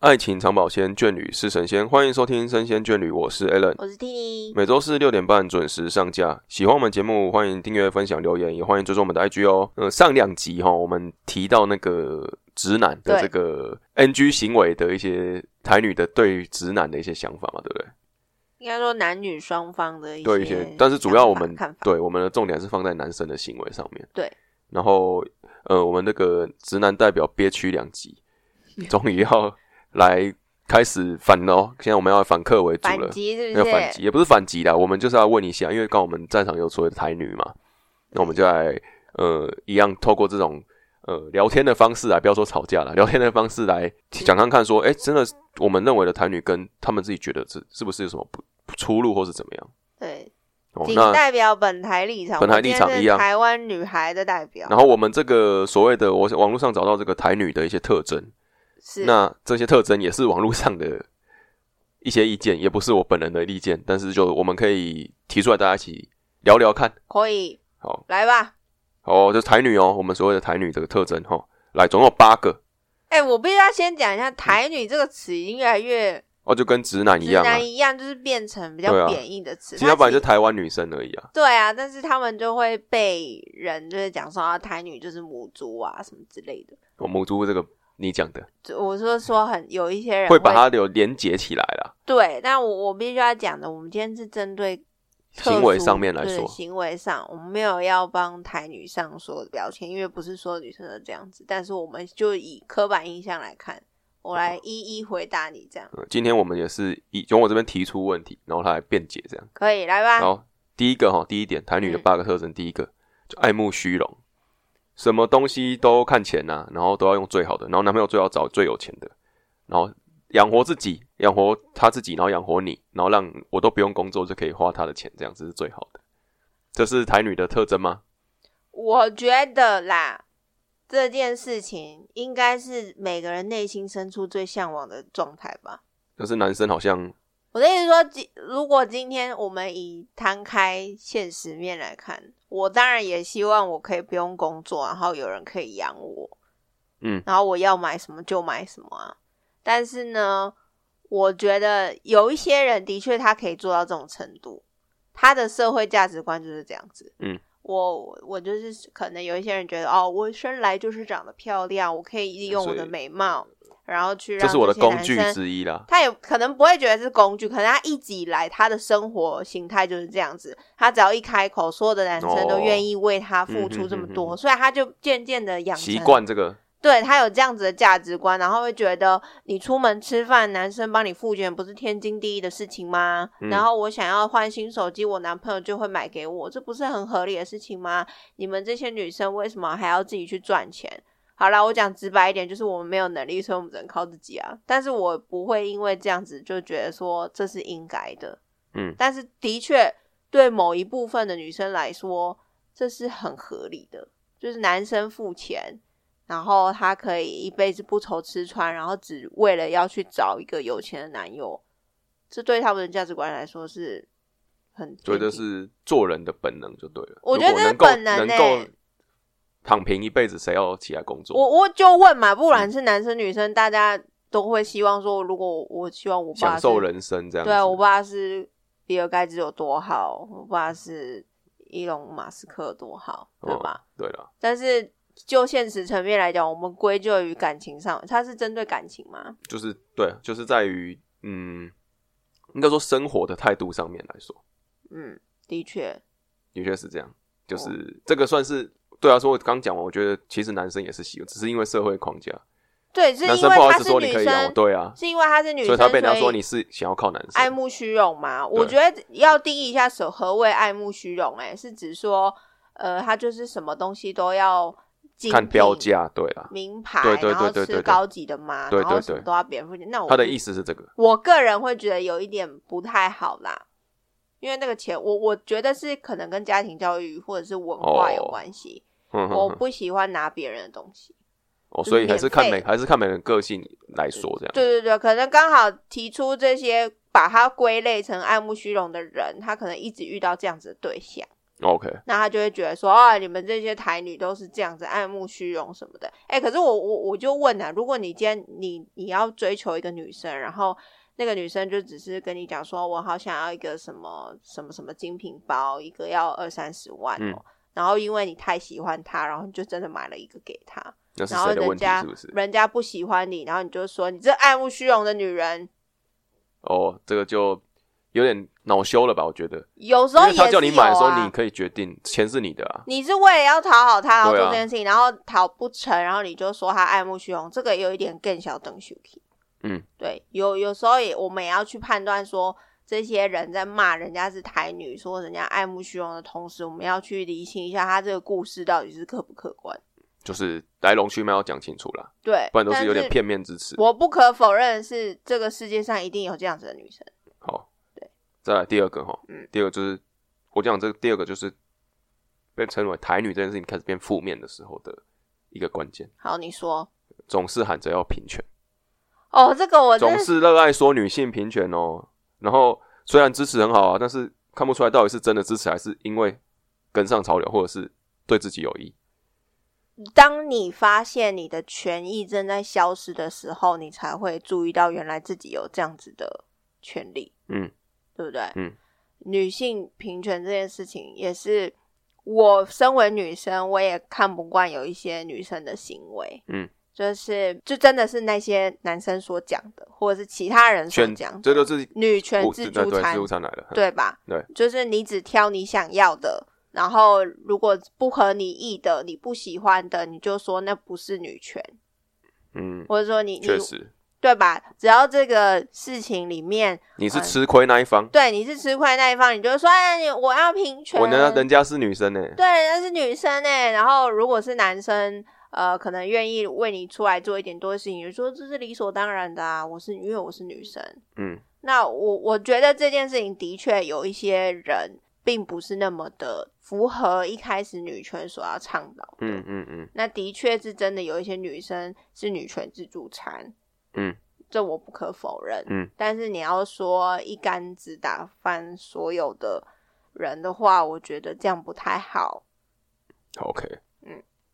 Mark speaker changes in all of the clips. Speaker 1: 爱情长保鲜，眷侣是神仙。欢迎收听《神仙眷侣》，我是 Alan。
Speaker 2: 我是 T，
Speaker 1: 每周四六点半准时上架。喜欢我们节目，欢迎订阅、分享、留言，也欢迎追踪我们的 IG 哦。嗯、上两集哈、我们提到那个直男的
Speaker 2: 对
Speaker 1: 这个 NG 行为的一些台女的对于直男的一些想法嘛，对不对？
Speaker 2: 应该说男女双方的一些
Speaker 1: 对一些，但是主要我们
Speaker 2: 看法看法
Speaker 1: 对我们的重点是放在男生的行为上面。
Speaker 2: 对，
Speaker 1: 然后呃，我们那个直男代表憋屈两 集，终于要来开始反喽。现在我们要反客为主了
Speaker 2: 反，击是不
Speaker 1: 要
Speaker 2: 是？
Speaker 1: 反击也不是反击啦，我们就是要问一下，因为刚好我们战场有所谓的台女嘛，那我们就来呃一样透过这种呃聊天的方式来，不要说吵架了，聊天的方式来讲看看说，哎、真的是我们认为的台女跟他们自己觉得是是不是有什么不不出入或是怎么样？
Speaker 2: 对，
Speaker 1: 哦，
Speaker 2: 仅
Speaker 1: 那
Speaker 2: 代表本台立场，
Speaker 1: 本台立场
Speaker 2: 我今天是
Speaker 1: 一样
Speaker 2: 台湾女孩的代表
Speaker 1: 然后我们这个所谓的我网络上找到这个台女的一些特征，
Speaker 2: 是
Speaker 1: 那这些特征也是网络上的一些意见，也不是我本人的意见，但是就我们可以提出来，大家一起聊聊看。
Speaker 2: 可以
Speaker 1: 好，
Speaker 2: 来吧。
Speaker 1: 哦，就是台女哦，我们所谓的台女这个特征哈、来，总共有八个
Speaker 2: 哎、我必须要先讲一下“台女”这个词已经越来越
Speaker 1: 哦，就跟直男一
Speaker 2: 直
Speaker 1: 样啊
Speaker 2: 男，一样，就是变成比
Speaker 1: 对
Speaker 2: 较
Speaker 1: 啊
Speaker 2: 贬义的词。
Speaker 1: 其实要不然
Speaker 2: 它
Speaker 1: 就台湾女生而已啊，
Speaker 2: 对啊，但是他们就会被人就是讲说啊，台女就是母猪啊什么之类的。
Speaker 1: 我母猪这个你讲的
Speaker 2: 就我说说很有一些人
Speaker 1: 会把它有连结起来啦，
Speaker 2: 对，但我我必须要讲的，我们今天是针对特
Speaker 1: 行为
Speaker 2: 殊
Speaker 1: 上面来
Speaker 2: 对
Speaker 1: 说
Speaker 2: 行为上，我们没有要帮台女上说的标签，因为不是所有女生都这样子，但是我们就以刻板印象来看，我来一一回答你，这样
Speaker 1: 嗯今天我们也是以从我这边提出问题，然后他来辩解这样。
Speaker 2: 可以来吧？
Speaker 1: 好，第一个哈，第一点，台女的
Speaker 2: 啊嗯
Speaker 1: 八个特征，第一个就爱慕虚荣，什么东西都看钱呐、然后都要用最好的，然后男朋友最好找最有钱的，然后养活自己，养活他自己，然后养活你，然后让我都不用工作就可以花他的钱，这样子是最好的。这是台女的特征吗？
Speaker 2: 我觉得啦，这件事情应该是每个人内心深处最向往的状态吧。
Speaker 1: 就是男生好像
Speaker 2: 我的意思说，今如果今天我们以摊开现实面来看，我当然也希望我可以不用工作，然后有人可以养我，
Speaker 1: 嗯
Speaker 2: 然后我要买什么就买什么啊。但是呢，我觉得有一些人的确他可以做到这种程度，他的社会价值观就是这样子。
Speaker 1: 嗯，
Speaker 2: 我我就是可能有一些人觉得哦，我生来就是长得漂亮，我可以利用我
Speaker 1: 所
Speaker 2: 的
Speaker 1: 以
Speaker 2: 美貌，然后去
Speaker 1: 这
Speaker 2: 让
Speaker 1: 是我的
Speaker 2: 这些
Speaker 1: 工
Speaker 2: 男
Speaker 1: 具
Speaker 2: 生
Speaker 1: 之一啦。
Speaker 2: 他也可能不会觉得是工具，可能他一直以来他的生活形态就是这样子。他只要一开口，所有的男生都愿意为他付出这么
Speaker 1: 哦
Speaker 2: 多，
Speaker 1: 哦嗯哼嗯哼嗯
Speaker 2: 所以他就渐渐的养成
Speaker 1: 习，惯这个，
Speaker 2: 对他有这样子的价值观，然后会觉得你出门吃饭，男生帮你付钱不是天经地义的事情吗？
Speaker 1: 嗯
Speaker 2: 然后我想要换新手机，我男朋友就会买给我，这不是很合理的事情吗？你们这些女生为什么还要自己去赚钱？好啦，我讲直白一点，就是我们没有能力，所以我们只能靠自己啊。但是我不会因为这样子就觉得说这是应该的，
Speaker 1: 嗯
Speaker 2: 但是的确对某一部分的女生来说，这是很合理的，就是男生付钱。然后她可以一辈子不愁吃穿，然后只为了要去找一个有钱的男友，这对他们的价值观来说是很
Speaker 1: 所以
Speaker 2: 天
Speaker 1: 这
Speaker 2: 平
Speaker 1: 是做人的本能就对了。
Speaker 2: 我觉得
Speaker 1: 如果
Speaker 2: 这是
Speaker 1: 能够
Speaker 2: 本能
Speaker 1: 能
Speaker 2: 欸
Speaker 1: 够躺平一辈子，谁要起来工作？
Speaker 2: 我我就问嘛，
Speaker 1: 嗯
Speaker 2: 不管是男生女生，大家都会希望说，如果我我希望我爸
Speaker 1: 享
Speaker 2: 是
Speaker 1: 受人生这样子。
Speaker 2: 对啊，我爸是比尔盖茨有多好，我爸是伊隆马斯克有多好，对
Speaker 1: 哦
Speaker 2: 吧？
Speaker 1: 对了，
Speaker 2: 但是就现实层面来讲，我们归咎于感情上，他是针对感情吗？
Speaker 1: 就是对，就是在于嗯，应该说生活的态度上面来说，
Speaker 2: 嗯，的确，
Speaker 1: 的确是这样。就是、
Speaker 2: 哦
Speaker 1: 这个算是对啊，说我刚讲完，我觉得其实男生也是喜欢，只是因为社会框架，
Speaker 2: 对，是
Speaker 1: 男
Speaker 2: 因
Speaker 1: 生
Speaker 2: 为
Speaker 1: 不好意
Speaker 2: 她
Speaker 1: 思
Speaker 2: 是
Speaker 1: 说你
Speaker 2: 女
Speaker 1: 可以养我，
Speaker 2: 生，
Speaker 1: 对啊，
Speaker 2: 是因为她是女
Speaker 1: 所
Speaker 2: 生，
Speaker 1: 以他被人家
Speaker 2: 所
Speaker 1: 说你是想要靠男
Speaker 2: 爱
Speaker 1: 生，
Speaker 2: 慕虚荣嘛？我觉得要定义一下所何谓爱慕虚荣、欸，是指说，呃，他就是什么东西都要精
Speaker 1: 看
Speaker 2: 品
Speaker 1: 标、价，对啊啦，
Speaker 2: 名牌，
Speaker 1: 对对
Speaker 2: 然后
Speaker 1: 对对对
Speaker 2: 吃
Speaker 1: 对
Speaker 2: 高级的嘛，
Speaker 1: 对对
Speaker 2: 然后什么
Speaker 1: 对
Speaker 2: 都要别人付钱。那我
Speaker 1: 他的
Speaker 2: 不
Speaker 1: 意思是这个，
Speaker 2: 我个人会觉得有一点不太好啦，因为那个钱，我我觉得是可能跟家庭教育或者是文化有
Speaker 1: 哦
Speaker 2: 关系。
Speaker 1: 嗯哼
Speaker 2: 我
Speaker 1: 哼，
Speaker 2: 不喜欢拿别人的东西。
Speaker 1: 哦，所以还是看
Speaker 2: 免
Speaker 1: 每还是看每个人个性来说这样，
Speaker 2: 对对对，可能刚好提出这些，把它归类成爱慕虚荣的人，他可能一直遇到这样子的对象，
Speaker 1: OK，
Speaker 2: 那他就会觉得说啊，你们这些台女都是这样子爱慕虚荣什么的。哎、可是我我我就问啊，如果你今天你你要追求一个女生，然后那个女生就只是跟你讲说，我好想要一个什么什么什么精品包，一个要二三十万哦。
Speaker 1: 嗯
Speaker 2: 然后因为你太喜欢她，然后你就真的买了一个给她，
Speaker 1: 那是
Speaker 2: 然后
Speaker 1: 谁的
Speaker 2: 人
Speaker 1: 问题
Speaker 2: 家
Speaker 1: 是不是？
Speaker 2: 人家不喜欢你，然后你就说你这爱慕虚荣的女人，
Speaker 1: 哦，这个就有点恼羞了吧？我觉得，
Speaker 2: 有时
Speaker 1: 因
Speaker 2: 候
Speaker 1: 为
Speaker 2: 也
Speaker 1: 他
Speaker 2: 是
Speaker 1: 叫你买的时
Speaker 2: 有啊
Speaker 1: 候，你可以决定，钱是你的啊。
Speaker 2: 你是为了要讨好他，然后
Speaker 1: 对啊
Speaker 2: 做这件事情，然后讨不成，然后你就说他爱慕虚荣，这个有一点更小等 s h
Speaker 1: 嗯，
Speaker 2: 对，有有时候也我们也要去判断说，这些人在骂人家是台女，说人家爱慕虚荣的同时，我们要去厘清一下他这个故事到底是客不客观。
Speaker 1: 就是来龙去脉要讲清楚啦，
Speaker 2: 对，
Speaker 1: 不然都
Speaker 2: 但
Speaker 1: 是有点。片面之词。
Speaker 2: 我不可否认的是，这个世界上一定有这样子的女生。
Speaker 1: 好，
Speaker 2: 对，
Speaker 1: 再来第二个哈，
Speaker 2: 嗯
Speaker 1: 第二个就是我讲这个第二个就是被称为台女这件事情开始变负面的时候的一个关键，
Speaker 2: 好，你说
Speaker 1: 总是喊着要平权，
Speaker 2: 哦，这个我真
Speaker 1: 总
Speaker 2: 的
Speaker 1: 是热爱说女性平权哦。然后虽然支持很好啊，但是看不出来到底是真的支持，还是因为跟上潮流，或者是对自己有益。
Speaker 2: 当你发现你的权益正在消失的时候，你才会注意到原来自己有这样子的权利，
Speaker 1: 嗯，
Speaker 2: 对不对？
Speaker 1: 嗯，
Speaker 2: 女性平权这件事情也是我身为女生，我也看不惯有一些女生的行为，
Speaker 1: 嗯，
Speaker 2: 就是就真的是那些男生所讲的，或者是其他人所
Speaker 1: 选
Speaker 2: 讲的，
Speaker 1: 这就是
Speaker 2: 女权
Speaker 1: 我
Speaker 2: 自
Speaker 1: 对
Speaker 2: 助
Speaker 1: 对
Speaker 2: 餐
Speaker 1: 自助餐来了，
Speaker 2: 对吧？
Speaker 1: 嗯对，
Speaker 2: 就是你只挑你想要的，然后如果不合你意的、你不喜欢的，你就说那不是女权，
Speaker 1: 嗯，
Speaker 2: 或者说你你
Speaker 1: 确实，
Speaker 2: 对吧？只要这个事情里面，
Speaker 1: 你是吃亏那一方，
Speaker 2: 对你是吃亏那一方，你就会说哎，你我要平权，
Speaker 1: 我呢人家是女生呢、
Speaker 2: 对，人家是女生哎、然后如果是男生。呃，可能愿意为你出来做一点多的事情，你就说这是理所当然的啊！我是因为我是女生，
Speaker 1: 嗯，
Speaker 2: 那我我觉得这件事情的确有一些人并不是那么的符合一开始女权所要倡导的。
Speaker 1: 嗯嗯嗯，
Speaker 2: 那的确是真的有一些女生是女权自助餐，
Speaker 1: 嗯，
Speaker 2: 这我不可否认，
Speaker 1: 嗯。
Speaker 2: 但是你要说一竿子打翻所有的人的话，我觉得这样不太好。
Speaker 1: 好 OK，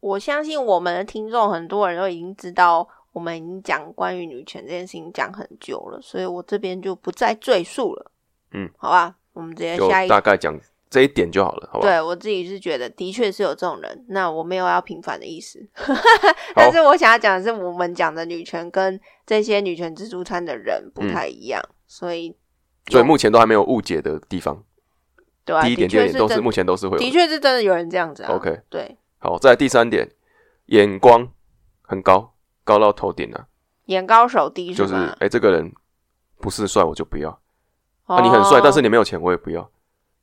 Speaker 2: 我相信我们的听众很多人都已经知道，我们已经讲关于女权这件事情讲很久了，所以我这边就不再赘述了。
Speaker 1: 嗯，
Speaker 2: 好吧，我们直接
Speaker 1: 就
Speaker 2: 下一。
Speaker 1: 大概讲这一点就好了，好不好？
Speaker 2: 对我自己是觉得，的确是有这种人。那我没有要平反的意思，
Speaker 1: 好
Speaker 2: 但是我想要讲的是，我们讲的女权跟这些女权自助餐的人
Speaker 1: 嗯
Speaker 2: 不太一样，所以
Speaker 1: 所以目前都还没有误解的地方，
Speaker 2: 对、啊，
Speaker 1: 第一点、
Speaker 2: 的
Speaker 1: 第二
Speaker 2: 确
Speaker 1: 点都
Speaker 2: 真
Speaker 1: 是目前都是会有
Speaker 2: 的
Speaker 1: 的。
Speaker 2: 确是真的有人这样子啊。
Speaker 1: OK
Speaker 2: 对，
Speaker 1: 好，再来第三点，眼光很高，高到头顶啊，
Speaker 2: 眼高手低
Speaker 1: 就是
Speaker 2: 吧
Speaker 1: 哎、？诶这个人不是帅我就不要，
Speaker 2: 哦
Speaker 1: 啊你很帅，但是你没有钱我也不要，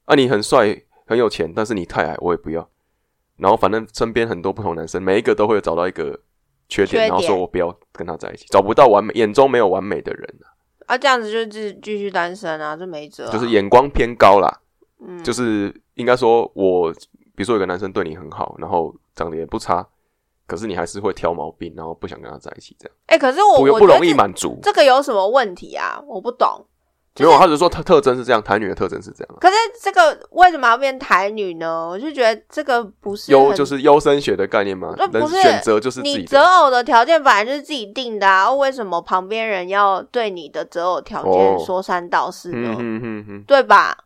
Speaker 1: 啊你很帅很有钱，但是你太矮我也不要。然后反正身边很多不同男生，每一个都会找到一个缺点，
Speaker 2: 缺点
Speaker 1: 然后说我不要跟他在一起，找不到完美，眼中没有完美的人啊、
Speaker 2: 啊，这样子就继继续单身啊，这没辙啊、
Speaker 1: 就是眼光偏高啦。
Speaker 2: 嗯
Speaker 1: 就是应该说我，比如说有个男生对你很好，然后长得也不差，可是你还是会挑毛病，然后不想跟他在一起，这样
Speaker 2: 哎、可是我
Speaker 1: 不
Speaker 2: 我
Speaker 1: 不
Speaker 2: 觉得
Speaker 1: 容易
Speaker 2: 这
Speaker 1: 满足。
Speaker 2: 这个有什么问题啊？我不懂。就
Speaker 1: 没有，他只是说他特征是这样，台女的特征是这样啊，
Speaker 2: 可是这个为什么要变台女呢？我就觉得这个不是
Speaker 1: 优
Speaker 2: 很
Speaker 1: 就是优生学的概念嘛
Speaker 2: 那，不
Speaker 1: 人
Speaker 2: 是
Speaker 1: 选择就是自
Speaker 2: 你
Speaker 1: 己
Speaker 2: 择
Speaker 1: 的。
Speaker 2: 偶的条件本来就是自己定的啊，为什么旁边人要对你的择偶条件
Speaker 1: 哦
Speaker 2: 说三道四呢？
Speaker 1: 嗯嗯嗯嗯，
Speaker 2: 对吧？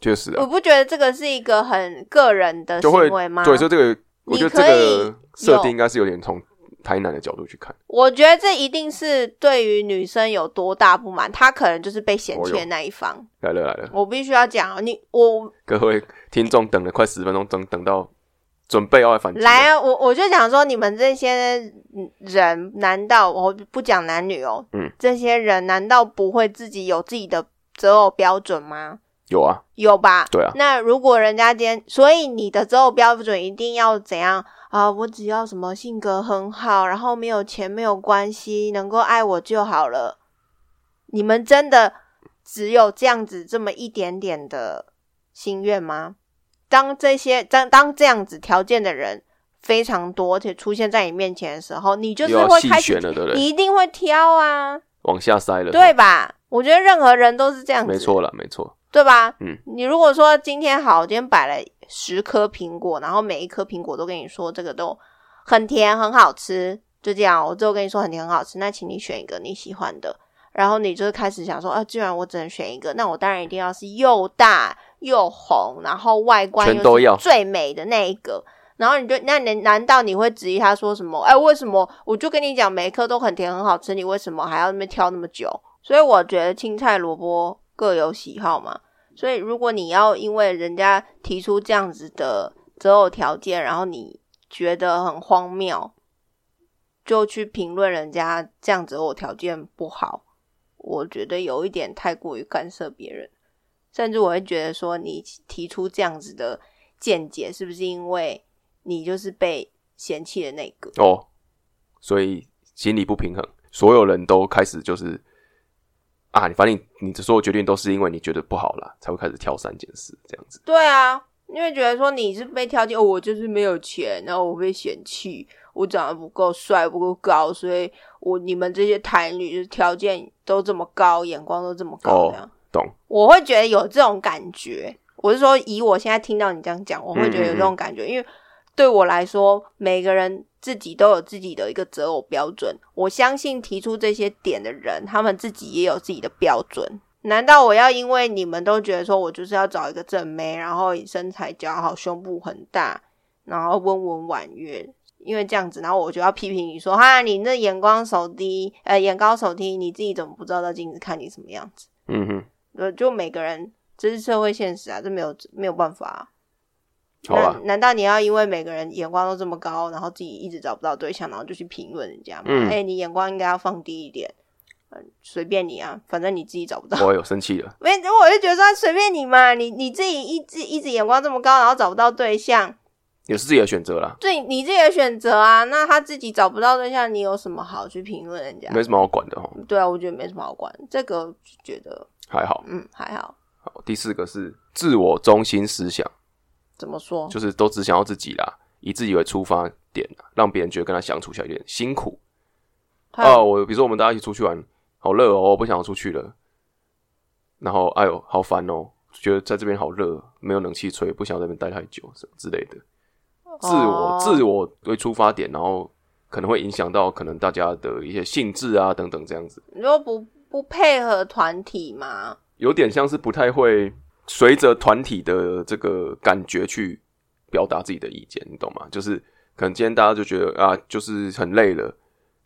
Speaker 1: 确实
Speaker 2: 我
Speaker 1: 啊，
Speaker 2: 不觉得这个是一个很个人的
Speaker 1: 就
Speaker 2: 行
Speaker 1: 会
Speaker 2: 为吗？
Speaker 1: 对，所以这个我觉得这个
Speaker 2: 你可以有
Speaker 1: 设定应该是有点从台南的角度去看，
Speaker 2: 我觉得这一定是对于女生有多大不满，她可能就是被嫌弃
Speaker 1: 哦
Speaker 2: 的
Speaker 1: 哟
Speaker 2: 那一方。
Speaker 1: 来了来了，
Speaker 2: 我必须要讲哦，你我
Speaker 1: 各位听众等了快十分钟，等等到准备要来反击了，
Speaker 2: 来啊，我我就想说，你们这些人，难道我不讲男女哦？
Speaker 1: 嗯，
Speaker 2: 这些人难道不会自己有自己的择偶标准吗？
Speaker 1: 有啊，
Speaker 2: 有吧？
Speaker 1: 对啊
Speaker 2: 那如果人家今天，所以你的择偶标准一定要怎样啊、我只要什么性格很好，然后没有钱没有关系，能够爱我就好了。你们真的只有这样子这么一点点的心愿吗？当这些当当这样子条件的人非常多，而且出现在你面前的时候，你就是
Speaker 1: 又要
Speaker 2: 会
Speaker 1: 细
Speaker 2: 开始
Speaker 1: 选，了，对不
Speaker 2: 你
Speaker 1: 对？
Speaker 2: 一定会挑啊，
Speaker 1: 往下塞了，
Speaker 2: 对吧？我觉得任何人都是这样子，
Speaker 1: 没错了，没错。
Speaker 2: 对吧？
Speaker 1: 嗯，
Speaker 2: 你如果说今天好，今天摆了十颗苹果，然后每一颗苹果都跟你说这个都很甜，很好吃，就这样，我最后跟你说很甜很好吃，那请你选一个你喜欢的，然后你就开始想说啊，既然我只能选一个，那我当然一定要是又大又红，然后外观
Speaker 1: 全
Speaker 2: 又
Speaker 1: 都
Speaker 2: 是
Speaker 1: 要
Speaker 2: 最美的那一个。然后你就那你难道你会质疑他说什么？哎，为什么我就跟你讲每一颗都很甜很好吃，你为什么还要那么挑那么久？所以我觉得青菜萝卜各有喜好嘛。所以如果你要因为人家提出这样子的择偶条件，然后你觉得很荒谬，就去评论人家这样择偶条件不好，我觉得有一点太过于干涉别人，甚至我会觉得说你提出这样子的见解，是不是因为你就是被嫌弃的那个？
Speaker 1: 哦，所以心理不平衡，所有人都开始就是啊，你反正你你所有决定都是因为你觉得不好啦，才会开始挑三拣四这样子。
Speaker 2: 对啊，因为觉得说你是被挑剔，哦，我就是没有钱，然后我被嫌弃，我长得不够帅、不够高，所以我你们这些台女就是条件都这么高，眼光都这么高
Speaker 1: 哦
Speaker 2: 这样。
Speaker 1: 懂，
Speaker 2: 我会觉得有这种感觉。我是说，以我现在听到你这样讲，我会觉得有这种感觉，因为对我来说，每个人自己都有自己的一个择偶标准。我相信提出这些点的人，他们自己也有自己的标准。难道我要因为你们都觉得说我就是要找一个正妹，然后身材姣好、胸部很大，然后温文婉约，因为这样子，然后我就要批评你说，哈，你那眼光手低，呃，眼高手低，你自己怎么不知道照镜子看你什么样子？
Speaker 1: 嗯哼，
Speaker 2: 呃，就每个人这是社会现实啊，这没有没有办法、啊。
Speaker 1: 好啦
Speaker 2: 那，难道你要因为每个人眼光都这么高，然后自己一直找不到对象，然后就去评论人家吗？哎、
Speaker 1: 嗯
Speaker 2: 你眼光应该要放低一点，嗯，随便你啊，反正你自己找不到。
Speaker 1: 我有生气了，
Speaker 2: 没，我就觉得说随便你嘛，你你自己一直一直眼光这么高，然后找不到对象，
Speaker 1: 也是自己的选择啦，
Speaker 2: 对你自己的选择啊。那他自己找不到对象，你有什么好去评论人家？
Speaker 1: 没什么好管的哦，
Speaker 2: 对啊，我觉得没什么好管，这个我就觉得
Speaker 1: 还好。
Speaker 2: 嗯还好。
Speaker 1: 好，第四个是自我中心思想，
Speaker 2: 怎么说？
Speaker 1: 就是都只想要自己啦，以自己为出发点啦，让别人觉得跟他相处起来有点辛苦。
Speaker 2: 他有
Speaker 1: 哦，我比如说我们大家一起出去玩，好热哦，我不想出去了。然后，哎呦，好烦哦，觉得在这边好热，没有冷气吹，不想在这边待太久，什么之类的。自我、
Speaker 2: 哦
Speaker 1: 自我为出发点，然后可能会影响到可能大家的一些性质啊等等这样子，
Speaker 2: 你说不不配合团体吗？
Speaker 1: 有点像是不太会随着团体的这个感觉去表达自己的意见，你懂吗？就是可能今天大家就觉得啊，就是很累了。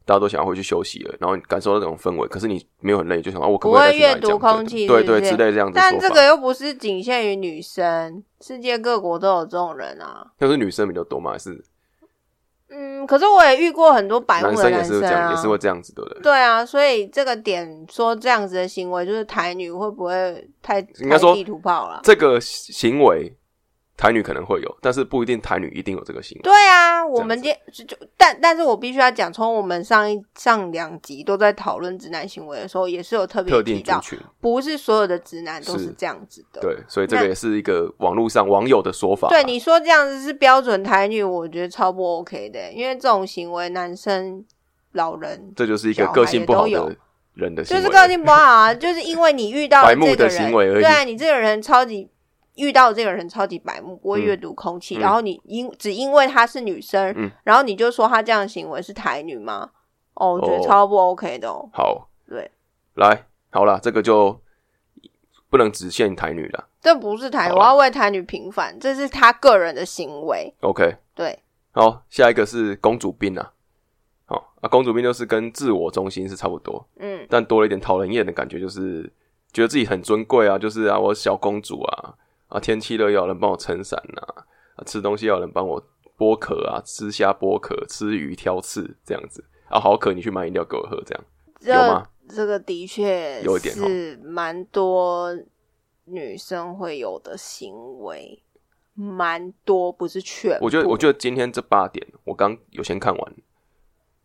Speaker 1: 大家都想要回去休息了，然后你感受到那种氛围，可是你没有很累，就想啊，我可
Speaker 2: 不
Speaker 1: 可以再
Speaker 2: 会
Speaker 1: 去哪
Speaker 2: 阅
Speaker 1: 里这
Speaker 2: 读
Speaker 1: 样对
Speaker 2: 空气，
Speaker 1: 对
Speaker 2: 是不
Speaker 1: 对
Speaker 2: 是
Speaker 1: 之类这样子的
Speaker 2: 但
Speaker 1: 说
Speaker 2: 这
Speaker 1: 法
Speaker 2: 个又不是仅限于女生，世界各国都有这种人啊。
Speaker 1: 要是女生比较多嘛，还是
Speaker 2: 嗯，可是我也遇过很多白目
Speaker 1: 男
Speaker 2: 的
Speaker 1: 生也
Speaker 2: 男
Speaker 1: 是
Speaker 2: 生
Speaker 1: 这样，
Speaker 2: 啊，
Speaker 1: 也是会这样子，对不对？
Speaker 2: 对啊，所以这个点说这样子的行为，就是台女会不会太
Speaker 1: 应该说
Speaker 2: 太地图炮了？
Speaker 1: 这个行为台女可能会有，但是不一定台女一定有这个行为。
Speaker 2: 对啊，我们今就就但但是我必须要讲，从我们上一上两集都在讨论直男行为的时候，也是有特别
Speaker 1: 特
Speaker 2: 提
Speaker 1: 定
Speaker 2: 到
Speaker 1: 族，群，
Speaker 2: 不是所有的直男都
Speaker 1: 是
Speaker 2: 是这样子的。
Speaker 1: 对，所以这
Speaker 2: 那
Speaker 1: 个也是一个网络上网友的说法。
Speaker 2: 对，你说这样子是标准台女，我觉得超不 OK 的，欸因为这种行为，男生、老人
Speaker 1: 这就是一个
Speaker 2: 小孩
Speaker 1: 个性不好
Speaker 2: 也都有
Speaker 1: 的人的行
Speaker 2: 就
Speaker 1: 为，
Speaker 2: 是个性不好啊，就是因为你遇到了
Speaker 1: 白目
Speaker 2: 这个
Speaker 1: 的
Speaker 2: 人，
Speaker 1: 行为而已
Speaker 2: 对啊，你这个人超级遇到这个人超级白目，不会
Speaker 1: 嗯
Speaker 2: 阅读空气，
Speaker 1: 嗯
Speaker 2: 然后你因只因为她是女生，
Speaker 1: 嗯
Speaker 2: 然后你就说她这样的行为是台女吗？哦，我觉得
Speaker 1: 哦
Speaker 2: 超不 OK 的哦。
Speaker 1: 好，
Speaker 2: 对，
Speaker 1: 来，好啦，这个就不能只限台女了。
Speaker 2: 这不是台女，
Speaker 1: 好
Speaker 2: 我
Speaker 1: 吧
Speaker 2: 要为台女平反，这是她个人的行为。
Speaker 1: OK，
Speaker 2: 对，
Speaker 1: 好，下一个是公主病啊。好啊，公主病就是跟自我中心是差不多，
Speaker 2: 嗯，
Speaker 1: 但多了一点讨人厌的感觉，就是觉得自己很尊贵啊，就是啊，我是小公主啊，啊，天气热要有人帮我撑伞呐、啊，吃东西要有人帮我剥壳啊，吃虾剥壳，吃鱼挑刺这样子啊，好渴，你去买饮料给我喝，这样有
Speaker 2: 这
Speaker 1: 吗
Speaker 2: 这个的确
Speaker 1: 有一点哦
Speaker 2: 是蛮多女生会有的行为，蛮多，不是全部。
Speaker 1: 我觉得，我觉得今天这八点，我刚有先看完，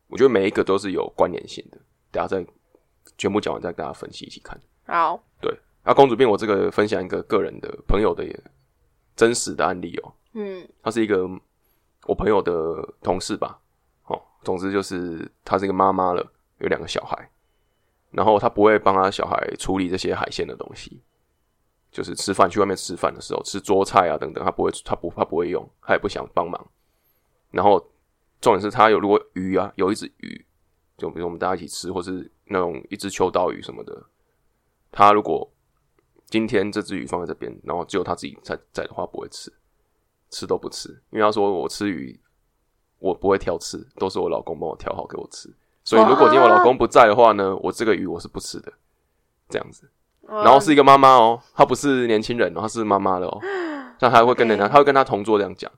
Speaker 1: 我觉得每一个都是有关联性的，等下再全部讲完再跟大家分析一起看。
Speaker 2: 好，
Speaker 1: 对，啊，公主病，我这个分享一个个人的朋友的也真实的案例哦、
Speaker 2: 嗯
Speaker 1: 她是一个我朋友的同事吧，哦，总之就是她是一个妈妈了，有两个小孩，然后她不会帮她小孩处理这些海鲜的东西，就是吃饭去外面吃饭的时候吃桌菜啊等等，他不会，他不他不会用，他也不想帮忙。然后重点是他有如果鱼啊，有一只鱼，就比如我们大家一起吃，或是那种一只秋刀鱼什么的，他如果今天这只鱼放在这边，然后只有他自己在在的话，不会吃，吃都不吃，因为他说我吃鱼，我不会挑吃，都是我老公帮我挑好给我吃。所以如果今天我老公不在的话呢，我这个鱼我是不吃的，这样子。
Speaker 2: 然
Speaker 1: 然后是一个妈妈哦，她不是年轻人哦，她是妈妈了 哦。那她会跟人家，
Speaker 2: OK
Speaker 1: 她会跟她同桌这样讲，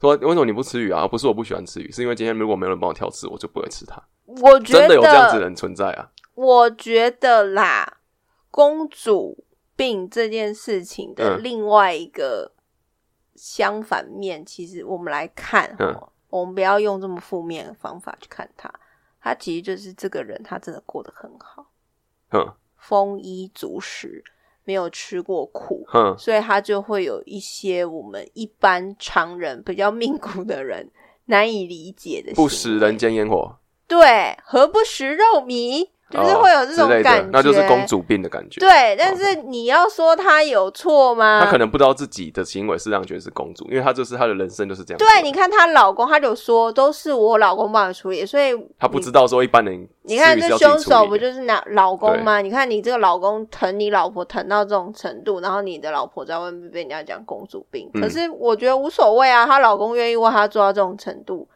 Speaker 1: 说为什么你不吃鱼啊？不是我不喜欢吃鱼，是因为今天如果没有人帮我挑吃，我就不会吃它。
Speaker 2: 我觉得
Speaker 1: 真的有这样子的人存在啊？
Speaker 2: 我觉得啦，公主病这件事情的
Speaker 1: 嗯
Speaker 2: 另外一个相反面，其实我们来看
Speaker 1: 嗯
Speaker 2: 哦，我们不要用这么负面的方法去看他，他其实就是这个人，他真的过得很好，
Speaker 1: 哼
Speaker 2: 丰衣足食，没有吃过苦，
Speaker 1: 哼，
Speaker 2: 所以他就会有一些我们一般常人比较命苦的人难以理解的行
Speaker 1: 不
Speaker 2: 为，
Speaker 1: 食人间烟火，
Speaker 2: 对，何不食肉糜，就是
Speaker 1: 哦
Speaker 2: 会有这种
Speaker 1: 之类的
Speaker 2: 感觉，
Speaker 1: 那就是公主病的感觉。，
Speaker 2: 对，啊但是你要说他有错吗？
Speaker 1: 她可能不知道自己的行为是让她觉得是公主，因为她就是她的人生就是这样。
Speaker 2: 对，你，看她老公，她就说都是我老公帮我处理，所以
Speaker 1: 她不知道说一般人
Speaker 2: 你看
Speaker 1: 吃鱼
Speaker 2: 这
Speaker 1: 是要自己
Speaker 2: 凶手
Speaker 1: 处
Speaker 2: 不
Speaker 1: 理的
Speaker 2: 就是老老公吗？你看你这个老公疼你老婆疼到这种程度，然后你的老婆在外面被人家讲公主病，
Speaker 1: 嗯
Speaker 2: 可是我觉得无所谓啊，她老公愿意为她做到这种程度，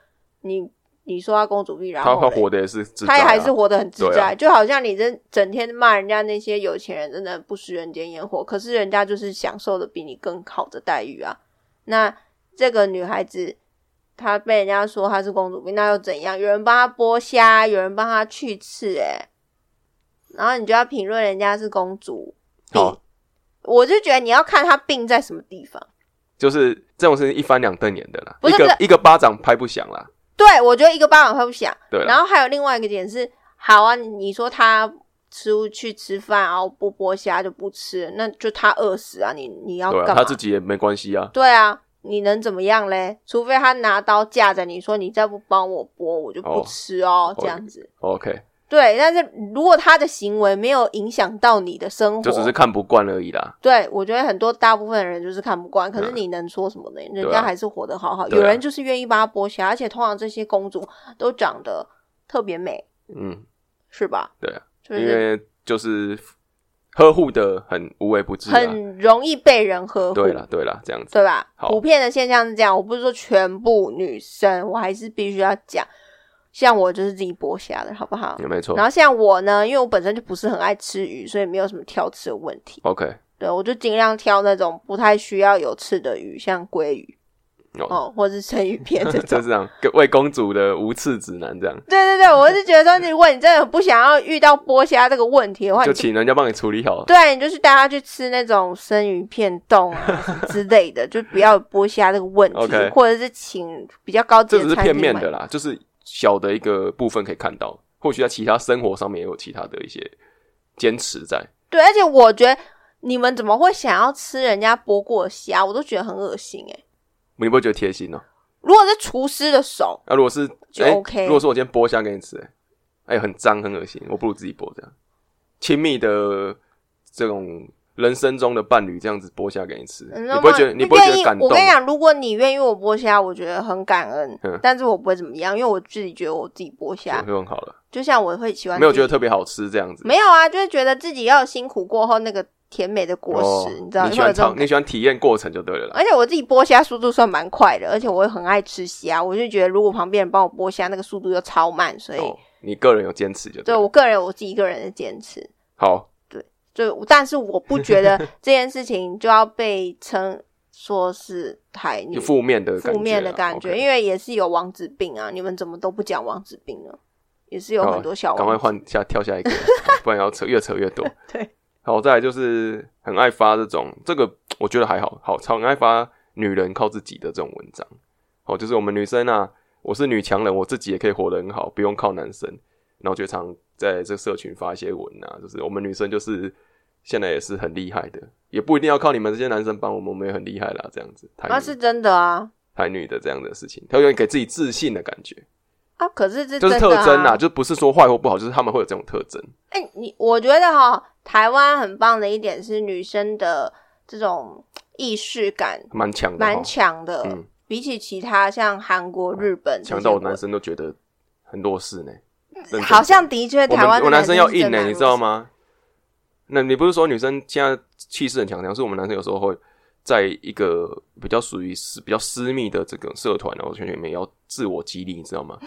Speaker 2: 你你说她公主病，然
Speaker 1: 她
Speaker 2: 后
Speaker 1: 她
Speaker 2: 嘞
Speaker 1: 活的也是自在啊，
Speaker 2: 他也还是活得很自
Speaker 1: 对
Speaker 2: 在，
Speaker 1: 啊
Speaker 2: 就好像你这整天骂人家那些有钱人真的不食人间烟火，可是人家就是享受的比你更好的待遇啊。那这个女孩子她被人家说她是公主病，那又怎样？有人帮她剥虾，有人帮她去刺、欸，然后你就要评论人家是公主病，
Speaker 1: 好，
Speaker 2: 我就觉得你要看她病在什么地方。
Speaker 1: 就是这种事情一翻两瞪眼的啦，
Speaker 2: 不
Speaker 1: 一
Speaker 2: 是不
Speaker 1: 个
Speaker 2: 是
Speaker 1: 一个巴掌拍不响啦。
Speaker 2: 对，我觉得一个巴掌拍不响。
Speaker 1: 对啊啦
Speaker 2: 然后还有另外一个点是，好啊，你你说他出去吃饭，然后剥剥虾就不吃，那就他饿死啊！你你要
Speaker 1: 对
Speaker 2: 干嘛？
Speaker 1: 啊，他自己也没关系啊。
Speaker 2: 对啊，你能怎么样嘞？除非他拿刀架着你说，你再不帮我剥，我就不
Speaker 1: 哦
Speaker 2: 吃哦，
Speaker 1: 哦
Speaker 2: 这样子。
Speaker 1: OK，
Speaker 2: 对，但是如果他的行为没有影响到你的生活，
Speaker 1: 就只是看不惯而已啦。
Speaker 2: 对我觉得很多大部分的人就是看不惯，可是
Speaker 1: 嗯
Speaker 2: 你能说什么呢？人
Speaker 1: 对
Speaker 2: 家
Speaker 1: 啊
Speaker 2: 还是活得好好，
Speaker 1: 对啊
Speaker 2: 有人就是愿意帮他剥虾，而且通常这些公主都长得特别美，
Speaker 1: 嗯，
Speaker 2: 是吧？
Speaker 1: 对啊，
Speaker 2: 就
Speaker 1: 因
Speaker 2: 是
Speaker 1: 为就是呵护的很无微不至、啊，
Speaker 2: 很容易被人呵护，
Speaker 1: 对啦，对啦，这样子
Speaker 2: 对吧？
Speaker 1: 好
Speaker 2: 普遍的现象是这样，我不是说全部女生，我还是必须要讲，像我就是自己剥虾的，好不好？
Speaker 1: 也没错
Speaker 2: 然。后像我呢，因为我本身就不是很爱吃鱼，所以没有什么挑刺的问题。
Speaker 1: OK，
Speaker 2: 对，我就尽量挑那种不太需要有刺的鱼，像鲑鱼。
Speaker 1: 哦，
Speaker 2: 哦，或是生鱼片这
Speaker 1: 就
Speaker 2: 种
Speaker 1: 是。这样，为公主的无刺指南这样，
Speaker 2: 对对对，我是觉得说，如果你真的不想要遇到剥虾这个问题的话，
Speaker 1: 就
Speaker 2: 你就
Speaker 1: 请人家帮你处理好。
Speaker 2: 对，你就去带他去吃那种生鱼片冻啊什 么之类的，就不要有剥虾这个问题
Speaker 1: OK
Speaker 2: 或者是请比较高级
Speaker 1: 这
Speaker 2: 的
Speaker 1: 只是
Speaker 2: 餐
Speaker 1: 片
Speaker 2: 厅
Speaker 1: 面
Speaker 2: 买
Speaker 1: 的啦，就是小的一个部分可以看到，或许在其他生活上面也有其他的一些坚持在。
Speaker 2: 对，而且我觉得你们怎么会想要吃人家剥过的虾？我都觉得很恶心哎、
Speaker 1: 你不会觉得贴心哦、
Speaker 2: 如果是厨师的手，
Speaker 1: 那、如果是
Speaker 2: 就
Speaker 1: 哎
Speaker 2: OK
Speaker 1: 如果说我今天剥虾给你吃、哎哎、很脏很恶心，我不如自己剥这样。亲密的这种人生中的伴侣这样子剥虾给你吃，
Speaker 2: 嗯你
Speaker 1: 你不会觉得你不会觉得感
Speaker 2: 我
Speaker 1: 动
Speaker 2: 跟？你讲，如果你愿意我剥虾，我觉得很感恩，
Speaker 1: 嗯
Speaker 2: 但是我不会怎么样，因为我自己觉得我自己剥虾
Speaker 1: 就很好了，
Speaker 2: 就像我会喜欢
Speaker 1: 没有
Speaker 2: 自
Speaker 1: 觉
Speaker 2: 己
Speaker 1: 得特别好吃这样子。
Speaker 2: 没有啊，就是觉得自己要有辛苦过后那个甜美的果
Speaker 1: 哦
Speaker 2: 实，你知道
Speaker 1: 你
Speaker 2: 会
Speaker 1: 喜
Speaker 2: 有
Speaker 1: 欢
Speaker 2: 这种
Speaker 1: 尝，你
Speaker 2: 感觉。哎
Speaker 1: 喜欢体验过程就对了啦。
Speaker 2: 而且我自己剥虾速度算蛮快的，而且我也很爱吃虾，我就觉得如果旁边人帮我剥虾，那个速度又超慢，所以、
Speaker 1: 哦，你个人有坚持就
Speaker 2: 对
Speaker 1: 了
Speaker 2: 我个人有我自己一个人的坚持。
Speaker 1: 好，
Speaker 2: 就但是我不 觉得这件事情就要被称说是台女
Speaker 1: 有负面的感觉啦啊
Speaker 2: 负面的感觉，
Speaker 1: OK
Speaker 2: 因为也是有王子病啊，你们怎么都不讲王子病呢？也是有
Speaker 1: 好
Speaker 2: 很多小
Speaker 1: 哦赶快
Speaker 2: 王子，
Speaker 1: 换下跳 下一个，不然要扯越扯越多。
Speaker 2: 对，
Speaker 1: 好，再来就是很爱发这种，这个我觉得还好，好，超很爱发女人靠自己的这种文章。哦，就是我们女生啊，我是女强人，我自己也可以活得很好，不用靠男生。然后就常在这社群发一些文啊，就是我们女生就是现在也是很厉害的，也不一定要靠你们这些男生帮我们，我们也很厉害啦，这样子。台女、
Speaker 2: 那是真的啊
Speaker 1: 台女的这样的事情，她有点给自己自信的感觉，
Speaker 2: 啊！可是这
Speaker 1: 就
Speaker 2: 真
Speaker 1: 是
Speaker 2: 的、
Speaker 1: 特
Speaker 2: 啊、
Speaker 1: 征啊，就不是说坏或不好，就是他们会有这种特征。
Speaker 2: 哎、你我觉得哈，台湾很棒的一点是女生的这种意识感
Speaker 1: 蛮强的哈，
Speaker 2: 蛮强的。
Speaker 1: 嗯
Speaker 2: 比起其他像韩国、日本这些
Speaker 1: 强到我
Speaker 2: 国，
Speaker 1: 男生都觉得很弱势呢。认真
Speaker 2: 好像的确
Speaker 1: 我
Speaker 2: 台
Speaker 1: 们
Speaker 2: 湾的
Speaker 1: 我男生要
Speaker 2: 是真
Speaker 1: 硬
Speaker 2: 的
Speaker 1: 呢、
Speaker 2: 蛮
Speaker 1: 你知道
Speaker 2: 弱势？
Speaker 1: 吗？那你不是说女生现在气势很强强，是我们男生有时候会在一个比较属于私比较私密的这个社团然后圈圈里面要自我激励，你知道 吗？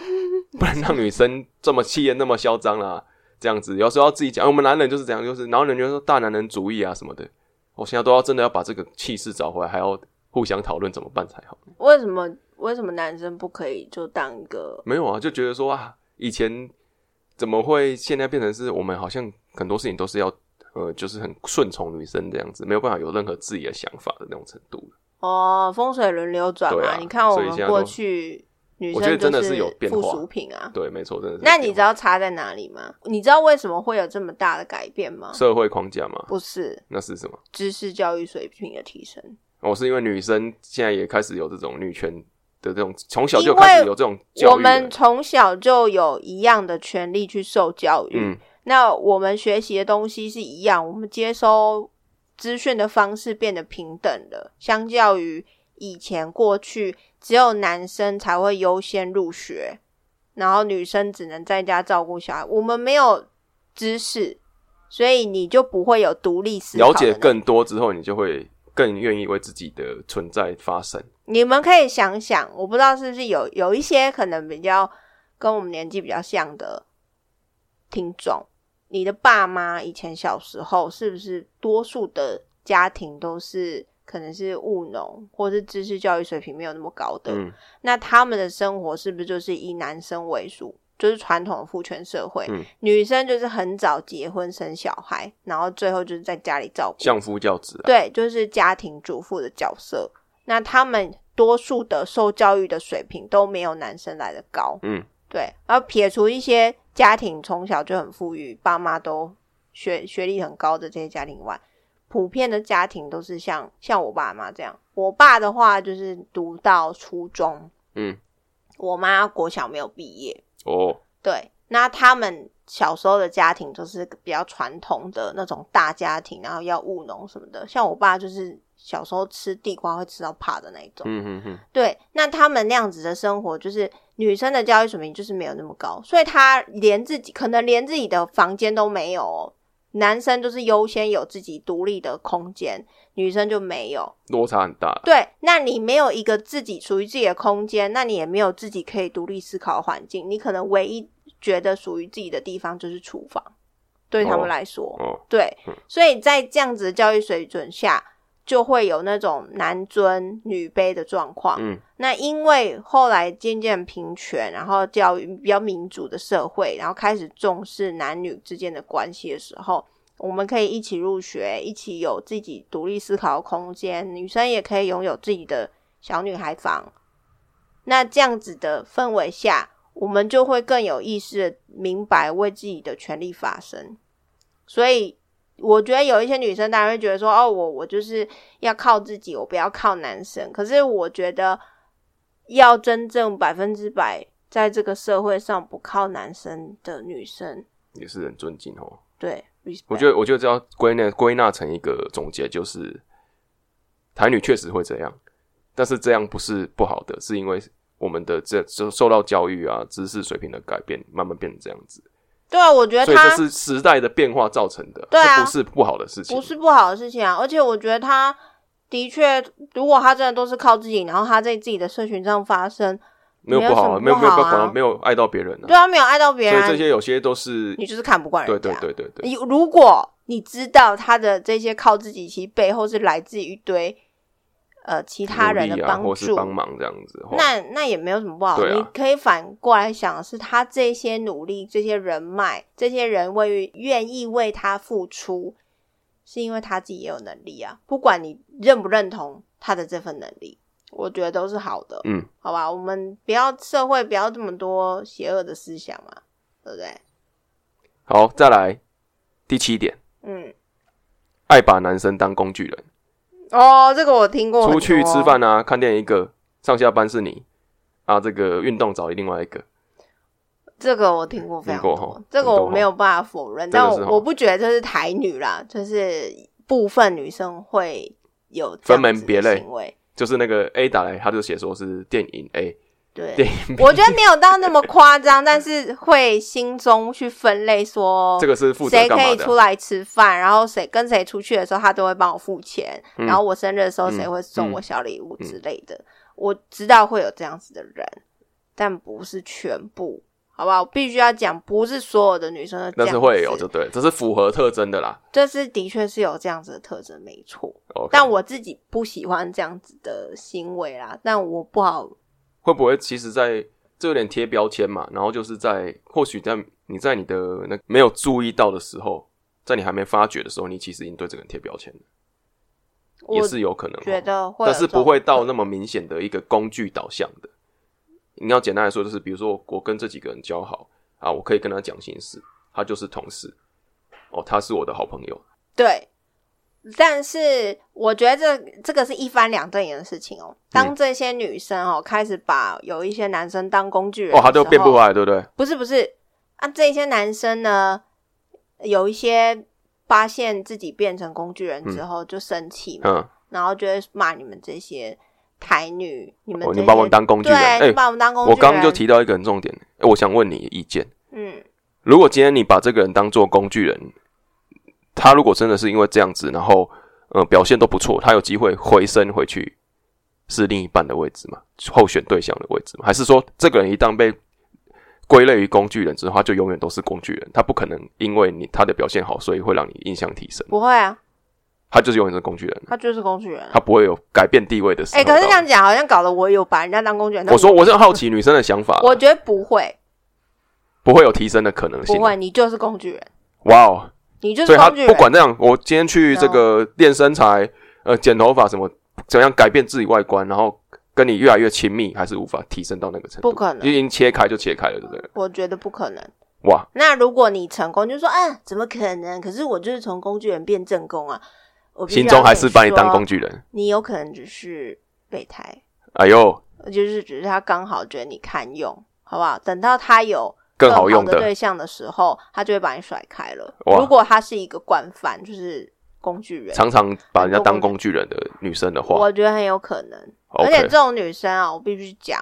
Speaker 1: 不然让女生这么气焰那么嚣张啦，这样子有时候要自己讲、啊我们男人就是这样，就是然后人家说大男人主义啊什么的，我现在都要真的要把这个气势找回来，还要互相讨论怎么办才好。
Speaker 2: 为什么为什么男生不可以就当一个？
Speaker 1: 没有啊，就觉得说啊，以前怎么会现在变成是我们好像很多事情都是要呃，就是很顺从女生这样子，没有办法有任何自己的想法的那种程度。
Speaker 2: 哦，风水轮流转嘛、
Speaker 1: 对啊
Speaker 2: 你看我
Speaker 1: 所以现
Speaker 2: 们
Speaker 1: 在
Speaker 2: 过
Speaker 1: 都
Speaker 2: 去女
Speaker 1: 我觉得
Speaker 2: 生
Speaker 1: 真
Speaker 2: 就
Speaker 1: 的是有变化
Speaker 2: 附属品啊。
Speaker 1: 对，没错，真的是。
Speaker 2: 那你知道差在哪里吗？你知道为什么会有这么大的改变吗？
Speaker 1: 社会框架吗？
Speaker 2: 不是
Speaker 1: 那是什么？哦
Speaker 2: 知识教育水平的提升，
Speaker 1: 我、是因为女生现在也开始有这种女权的这种，从小就开
Speaker 2: 因
Speaker 1: 始
Speaker 2: 为
Speaker 1: 有这种
Speaker 2: 我
Speaker 1: 教育了。
Speaker 2: 们从小就有一样的权利去受教育。
Speaker 1: 嗯，
Speaker 2: 那我们学习的东西是一样，我们接收资讯的方式变得平等了，相较于以前过去，只有男生才会优先入学，然后女生只能在家照顾小孩。我们没有知识，所以你就不会有独立思考。
Speaker 1: 了解，更多之后，你就会更愿意为自己的存在发声。
Speaker 2: 你们可以想想，我不知道是不是有有一些可能比较跟我们年纪比较像的听众，你的爸妈以前小时候是不是多数的家庭都是可能是务农，或是知识教育水平没有那么高的？
Speaker 1: 嗯，
Speaker 2: 那他们的生活是不是就是以男生为主？就是传统的父权社会，
Speaker 1: 嗯
Speaker 2: 女生就是很早结婚生小孩，然后最后就是在家里照顾
Speaker 1: 相夫教子啊，
Speaker 2: 对，就是家庭主妇的角色。那他们多数的受教育的水平都没有男生来的高，
Speaker 1: 嗯，
Speaker 2: 对。然后撇除一些家庭从小就很富裕，爸妈都学学历很高的这些家庭外，普遍的家庭都是像像我爸妈这样。我爸的话就是读到初中，
Speaker 1: 嗯，
Speaker 2: 我妈国小没有毕业，
Speaker 1: 哦，
Speaker 2: 对，那他们小时候的家庭就是比较传统的那种大家庭，然后要务农什么的。像我爸就是小时候吃地瓜会吃到怕的那一种。
Speaker 1: 嗯嗯嗯，
Speaker 2: 对，那他们那样子的生活，就是女生的教育水平就是没有那么高，所以他连自己可能连自己的房间都没有、哦。男生就是优先有自己独立的空间，女生就没有。
Speaker 1: 落差很大啊。
Speaker 2: 对，那你没有一个自己属于自己的空间，那你也没有自己可以独立思考的环境。你可能唯一觉得属于自己的地方就是厨房，对他
Speaker 1: 哦
Speaker 2: 们来说，
Speaker 1: 哦，
Speaker 2: 对
Speaker 1: 嗯，
Speaker 2: 所以在这样子的教育水准下，就会有那种男尊女卑的状况。
Speaker 1: 嗯，
Speaker 2: 那因为后来渐渐平权，然后教育比较民主的社会，然后开始重视男女之间的关系的时候，我们可以一起入学，一起有自己独立思考的空间，女生也可以拥有自己的小女孩房。那这样子的氛围下，我们就会更有意识的明白为自己的权利发声。所以，我觉得有一些女生当然会觉得说：“哦，我我就是要靠自己，我不要靠男生。”可是我觉得，要真正百分之百在这个社会上不靠男生的女生，
Speaker 1: 也是很尊敬哦。
Speaker 2: 对，
Speaker 1: 我觉得，我觉得这要归纳归纳成一个总结，就是台女确实会这样，但是这样不是不好的，是因为我们的这就受到教育啊、知识水平的改变，慢慢变成这样子，
Speaker 2: 对啊，我觉
Speaker 1: 所
Speaker 2: 得
Speaker 1: 以这
Speaker 2: 他
Speaker 1: 是时代的变化造成的，
Speaker 2: 对啊
Speaker 1: 这不是不好的事情，
Speaker 2: 不是不好的事情啊。而且我觉得他的确，如果他真的都是靠自己，然后他在自己的社群上发声，
Speaker 1: 没有不好啊，没
Speaker 2: 没
Speaker 1: 有
Speaker 2: 有
Speaker 1: 没有
Speaker 2: 什么不好啊
Speaker 1: 管，没有爱到别人啊，
Speaker 2: 对他没有爱到别
Speaker 1: 所
Speaker 2: 人啊，
Speaker 1: 以这些有些都是
Speaker 2: 你就是看不惯
Speaker 1: 对
Speaker 2: 人家。
Speaker 1: 对对对对，
Speaker 2: 你如果你知道他的这些靠自己，其实背后是来自于一堆呃其他人
Speaker 1: 努
Speaker 2: 的
Speaker 1: 力啊，
Speaker 2: 帮
Speaker 1: 或是
Speaker 2: 助，
Speaker 1: 帮忙这样子，哦
Speaker 2: 那那也没有什么不好。
Speaker 1: 对啊
Speaker 2: 你可以反过来想，是他这些努力、这些人脉、这些人为于愿意为他付出，是因为他自己也有能力啊。不管你认不认同他的这份能力，我觉得都是好的。
Speaker 1: 嗯，
Speaker 2: 好吧，我们不要社会不要这么多邪恶的思想嘛，对不对？
Speaker 1: 好，再来第七点，
Speaker 2: 嗯，
Speaker 1: 爱把男生当工具人。
Speaker 2: 哦，这个我听过
Speaker 1: 出
Speaker 2: 很多。
Speaker 1: 去吃饭啊、看电影一个，上下班是你啊，这个运动找另外一个，
Speaker 2: 这个我听过非常
Speaker 1: 听过吼
Speaker 2: 多，这个
Speaker 1: 听过
Speaker 2: 我
Speaker 1: 吼
Speaker 2: 没有办法否认，
Speaker 1: 这个
Speaker 2: 但
Speaker 1: 是
Speaker 2: 我
Speaker 1: 吼
Speaker 2: 我不觉得这是台女啦，就是部分女生会有
Speaker 1: 分门别类
Speaker 2: 这样子的行为。
Speaker 1: 就是那个 A 打来，他就写说是电影 A，电
Speaker 2: 对，
Speaker 1: 影 B，
Speaker 2: 我觉得没有到那么夸张，但是会心中去分类 说
Speaker 1: 这个是负责
Speaker 2: 谁
Speaker 1: 干
Speaker 2: 可
Speaker 1: 嘛
Speaker 2: 以出
Speaker 1: 的？啊
Speaker 2: 来吃饭，然后谁跟谁出去的时候，他都会帮我付钱。
Speaker 1: 嗯
Speaker 2: 然后我生日的时候，
Speaker 1: 嗯
Speaker 2: 谁会送我小礼物之类的。我知道会有这样子的人，但不是全部，好不好？我必须要讲，不是所有的女生都这
Speaker 1: 但
Speaker 2: 样
Speaker 1: 是
Speaker 2: 子。
Speaker 1: 会有，就对，这是符合特征的啦。
Speaker 2: 这是的确是有这样子的特征，没错。
Speaker 1: OK，
Speaker 2: 但我自己不喜欢这样子的行为啦，但我不好
Speaker 1: 会不会其实在这有点贴标签嘛？然后就是在或许在你在你的那没有注意到的时候，在你还没发觉的时候，你其实已经对这个人贴标签了，也
Speaker 2: 我
Speaker 1: 是有可能哦。
Speaker 2: 觉得会有
Speaker 1: 但
Speaker 2: 这
Speaker 1: 是
Speaker 2: 种，
Speaker 1: 不会到那么明显的一个工具导向的。你要简单来说，就是比如说我跟这几个人交好啊，我可以跟他讲心事，他就是同事，哦，他是我的好朋友，
Speaker 2: 对。但是我觉得这这个是一翻两瞪眼的事情哦。当
Speaker 1: 嗯
Speaker 2: 这些女生哦、开始把有一些男生当工具人的
Speaker 1: 哦，
Speaker 2: 时候，
Speaker 1: 他就变不回来，对不对？
Speaker 2: 不是不是啊，这些男生呢，有一些发现自己变成工具人之后就生气嘛，
Speaker 1: 嗯，
Speaker 2: 然后就会骂你们这些台女，你们
Speaker 1: 哦，
Speaker 2: 这些、
Speaker 1: 你把我们当工具人，
Speaker 2: 对，
Speaker 1: 哎、
Speaker 2: 你把我们当工具
Speaker 1: 我
Speaker 2: 人。
Speaker 1: 刚刚就，提到一个很重点，哎我想问你意见，
Speaker 2: 嗯，
Speaker 1: 如果今天你把这个人当做工具人，他如果真的是因为这样子，然后呃表现都不错，他有机会回升回去是另一半的位置吗？候选对象的位置吗？还是说这个人一旦被归类于工具人之后，他就永远都是工具人，他不可能因为你他的表现好，所以会让你印象提升，
Speaker 2: 不会啊，
Speaker 1: 他就是永远是工具人，
Speaker 2: 他就是工具人啊。
Speaker 1: 他不会有改变地位的时候。
Speaker 2: 哎、可是这
Speaker 1: 到
Speaker 2: 样讲，好像搞得我有把人家当工具人。但
Speaker 1: 我说我是好奇女生的想法，
Speaker 2: 我觉得不会，
Speaker 1: 不会有提升的可能性
Speaker 2: 不。会，你就是工具人，
Speaker 1: 哇哦！
Speaker 2: 你就是
Speaker 1: 所以他
Speaker 2: 工具人。
Speaker 1: 不管那样，我今天
Speaker 2: 啊
Speaker 1: 去这个练身材，呃，剪头发什么，怎样改变自己外观，然后跟你越来越亲密，还是无法提升到那个程度，
Speaker 2: 不可能
Speaker 1: 已经切开就切开了，对不对？
Speaker 2: 我觉得不可能。
Speaker 1: 哇，
Speaker 2: 那如果你成功，就说啊，怎么可能？可是我就是从工具人变正宫啊，我必须
Speaker 1: 心中还是把你
Speaker 2: 要跟
Speaker 1: 当工
Speaker 2: 说，
Speaker 1: 具人。
Speaker 2: 你有可能只是备胎，呃
Speaker 1: 哎呦，
Speaker 2: 就是只是他刚好觉得你堪用，好不好？等到他有
Speaker 1: 更好用
Speaker 2: 的
Speaker 1: 的
Speaker 2: 对象的时候，他就会把你甩开了。
Speaker 1: 哇
Speaker 2: 如果他是一个惯犯，就是工具人，
Speaker 1: 常常把人家当工具人的女生的话
Speaker 2: 我觉得很有可能。而且这
Speaker 1: ，OK，
Speaker 2: 种女生啊，我必须讲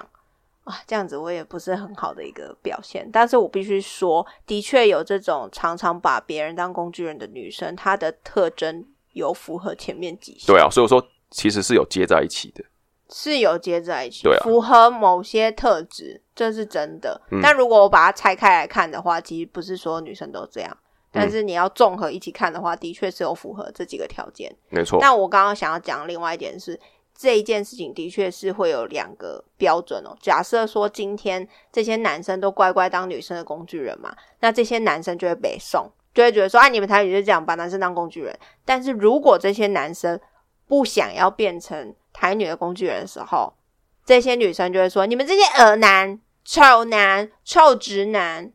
Speaker 2: 啊，这样子我也不是很好的一个表现。但是我必须说，的确有这种常常把别人当工具人的女生，她的特征有符合前面几项，
Speaker 1: 对啊，所以我说其实是有接在一起的，
Speaker 2: 是有接在一起，
Speaker 1: 对啊
Speaker 2: 符合某些特质，这是真的。
Speaker 1: 嗯
Speaker 2: 但如果我把它拆开来看的话，其实不是所有女生都这样。
Speaker 1: 嗯
Speaker 2: 但是你要综合一起看的话，的确是有符合这几个条件。
Speaker 1: 没错，
Speaker 2: 那我刚刚想要讲另外一点是，这一件事情的确是会有两个标准哦。假设说今天这些男生都乖乖当女生的工具人嘛，那这些男生就会被送，就会觉得说，哎、你们台女就这样把男生当工具人。但是如果这些男生不想要变成台女的工具人的时候，这些女生就会说，你们这些恶男、臭男、臭直男，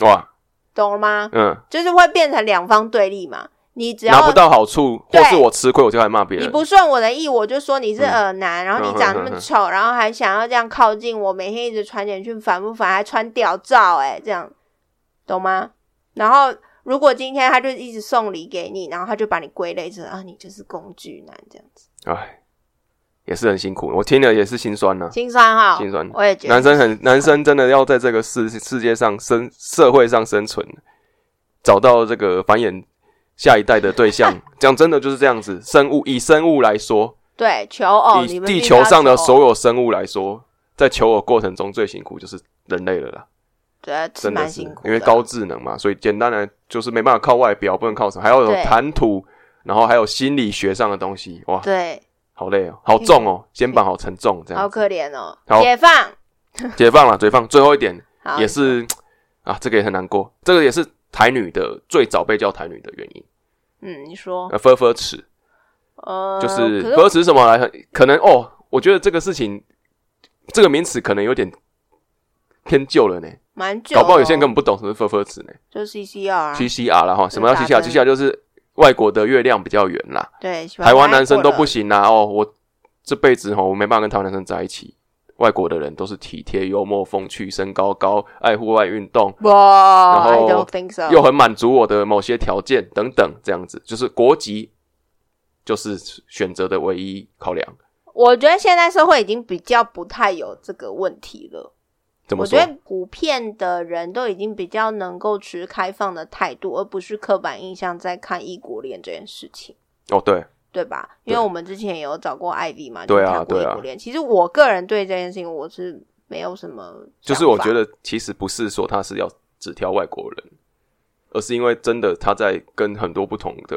Speaker 1: 哇，
Speaker 2: 懂了吗？
Speaker 1: 嗯，
Speaker 2: 就是会变成两方对立嘛。你只要
Speaker 1: 拿不到好处，或
Speaker 2: 对
Speaker 1: 是我吃亏，我就来骂别
Speaker 2: 你
Speaker 1: 人，嗯
Speaker 2: 不顺我的意，我就说你是耳男，然后你长那么丑，然后还想要这样靠近我，每天一直传简讯，烦不烦？还穿屌照、欸，哎，这样懂吗？然后如果今天他就一直送礼给你，然后他就把你归类成啊，你就是工具男这样子，
Speaker 1: 哎，也是很辛苦，我听了也是心酸啊呐，
Speaker 2: 心酸哈，
Speaker 1: 心酸。
Speaker 2: 我也觉
Speaker 1: 男
Speaker 2: 得
Speaker 1: 生很，男生真的要在这个世世界上生社会上生存，找到这个繁衍下一代的对象。 讲真的就是这样子，生物以生物来说，
Speaker 2: 对求偶，你
Speaker 1: 以
Speaker 2: 们
Speaker 1: 地
Speaker 2: 必须要
Speaker 1: 球上的
Speaker 2: 求偶
Speaker 1: 所有生物来说，在求偶过程中最辛苦就是人类了啦，
Speaker 2: 对是
Speaker 1: 真的
Speaker 2: 蛮
Speaker 1: 是
Speaker 2: 辛苦的，
Speaker 1: 因为高智能嘛，所以简单的就是没办法靠外表，不能靠什么，还要有
Speaker 2: 对
Speaker 1: 谈吐，然后还有心理学上的东西，哇，
Speaker 2: 对，
Speaker 1: 好累哦，好重 哦，肩膀好沉重，这
Speaker 2: 好
Speaker 1: 样
Speaker 2: 可怜哦，
Speaker 1: 好
Speaker 2: 解放
Speaker 1: 解放了，解放，最后一点。
Speaker 2: 好
Speaker 1: 也是啊，这个也很难过，这个也是台女的最早被叫台女的原因。
Speaker 2: 嗯，你说
Speaker 1: 呃，分分尺
Speaker 2: 呃，
Speaker 1: 就是
Speaker 2: 可
Speaker 1: 分尺什么来？可能哦，我觉得这个事情这个名词可能有点偏旧了呢，
Speaker 2: 蛮久、哦，
Speaker 1: 搞不好有些人根本不懂什么是分分尺呢。
Speaker 2: 就 CCR 啊，
Speaker 1: TCR 啦哈，什么叫啊
Speaker 2: 打
Speaker 1: TCR？
Speaker 2: 针
Speaker 1: TCR 就是外国的月亮比较圆啦，
Speaker 2: 对，喜欢
Speaker 1: 台湾
Speaker 2: 拉
Speaker 1: 男生
Speaker 2: 过
Speaker 1: 都
Speaker 2: 了
Speaker 1: 不行啦。哦，我这辈子哦哈，我没办法跟台湾男生在一起。外国的人都是体贴、幽默、风趣、身高高、爱户外运动，
Speaker 2: 哇
Speaker 1: 后
Speaker 2: I don't think so。
Speaker 1: 又很满足我的某些条件等等，这样子就是国籍，就是选择的唯一考量。
Speaker 2: 我觉得现在社会已经比较不太有这个问题了。
Speaker 1: 怎么
Speaker 2: 我
Speaker 1: 说
Speaker 2: 觉？得普遍的人都已经比较能够持开放的态度，而不是刻板印象在看异国恋这件事情，
Speaker 1: 哦，对，
Speaker 2: 对吧？
Speaker 1: 对
Speaker 2: 因为我们之前也有找过艾丽嘛，
Speaker 1: 对啊
Speaker 2: 就谈过异
Speaker 1: 对啊
Speaker 2: 国恋。其实我个人对这件事情我是没有什么，
Speaker 1: 就是我觉。得其实不是说他是要只挑外国人，而是因为真的他在跟很多不同的